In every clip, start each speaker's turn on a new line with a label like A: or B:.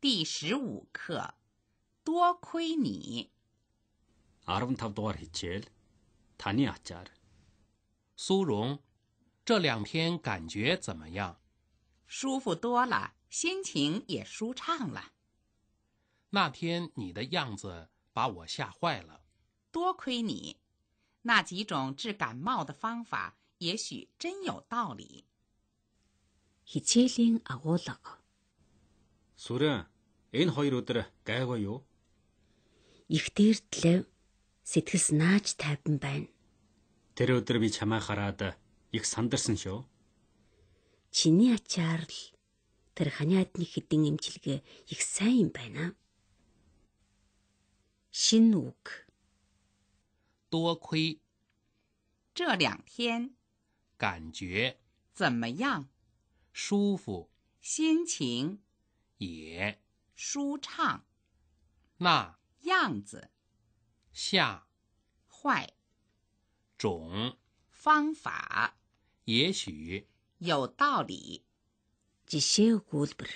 A: 第十五课，多亏你，
B: 15 дугаар хичээл таны ачаар
C: 苏荣，这两天感觉怎么样？
A: 舒服多了，心情也舒畅了。
C: 那天你的样子把我吓坏了。
A: 多亏你，那几种治感冒的方法也许真有道理。
D: Хичээлийн агуулга.
B: сүрэн энэ хоёр өдөр гайгүй юу
D: Их дээрдлээ сэтгэлс нааж тайван байна.
B: тэр өдөр би чамаа хараад их сандарсан шүү
D: Чиний ачаар л тэр ханиадны хэдэн имчилгээ их сайн юм байна. Шин үг.
C: 多亏
A: 这两天
C: 感觉
A: 怎么样？
C: 舒服
A: 心情
C: 也
A: 舒畅，
C: 那
A: 样子
C: 下
A: 坏，
C: 种
A: 方法
C: 也许
A: 有道理。
D: Жишээ өгүүлбэр.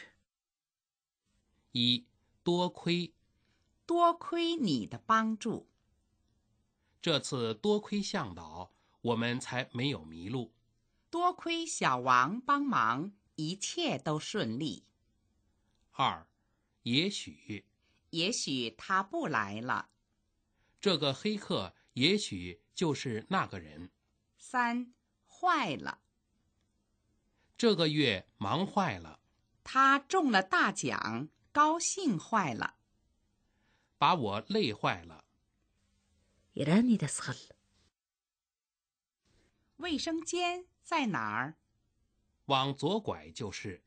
C: 一多亏
A: 多亏你的帮助，
C: 这次多亏向导，我们才没有迷路。
A: 多亏小王帮忙，一切都顺利。
C: 二也许
A: 也许他不来了。
C: 这个黑客也许就是那个人。
A: 三坏了，
C: 这个月忙坏了，
A: 他中了大奖，高兴坏了。
C: 把我累坏了。
D: Ираны дасгал.
A: 卫生间在哪儿？
C: 往左拐就是。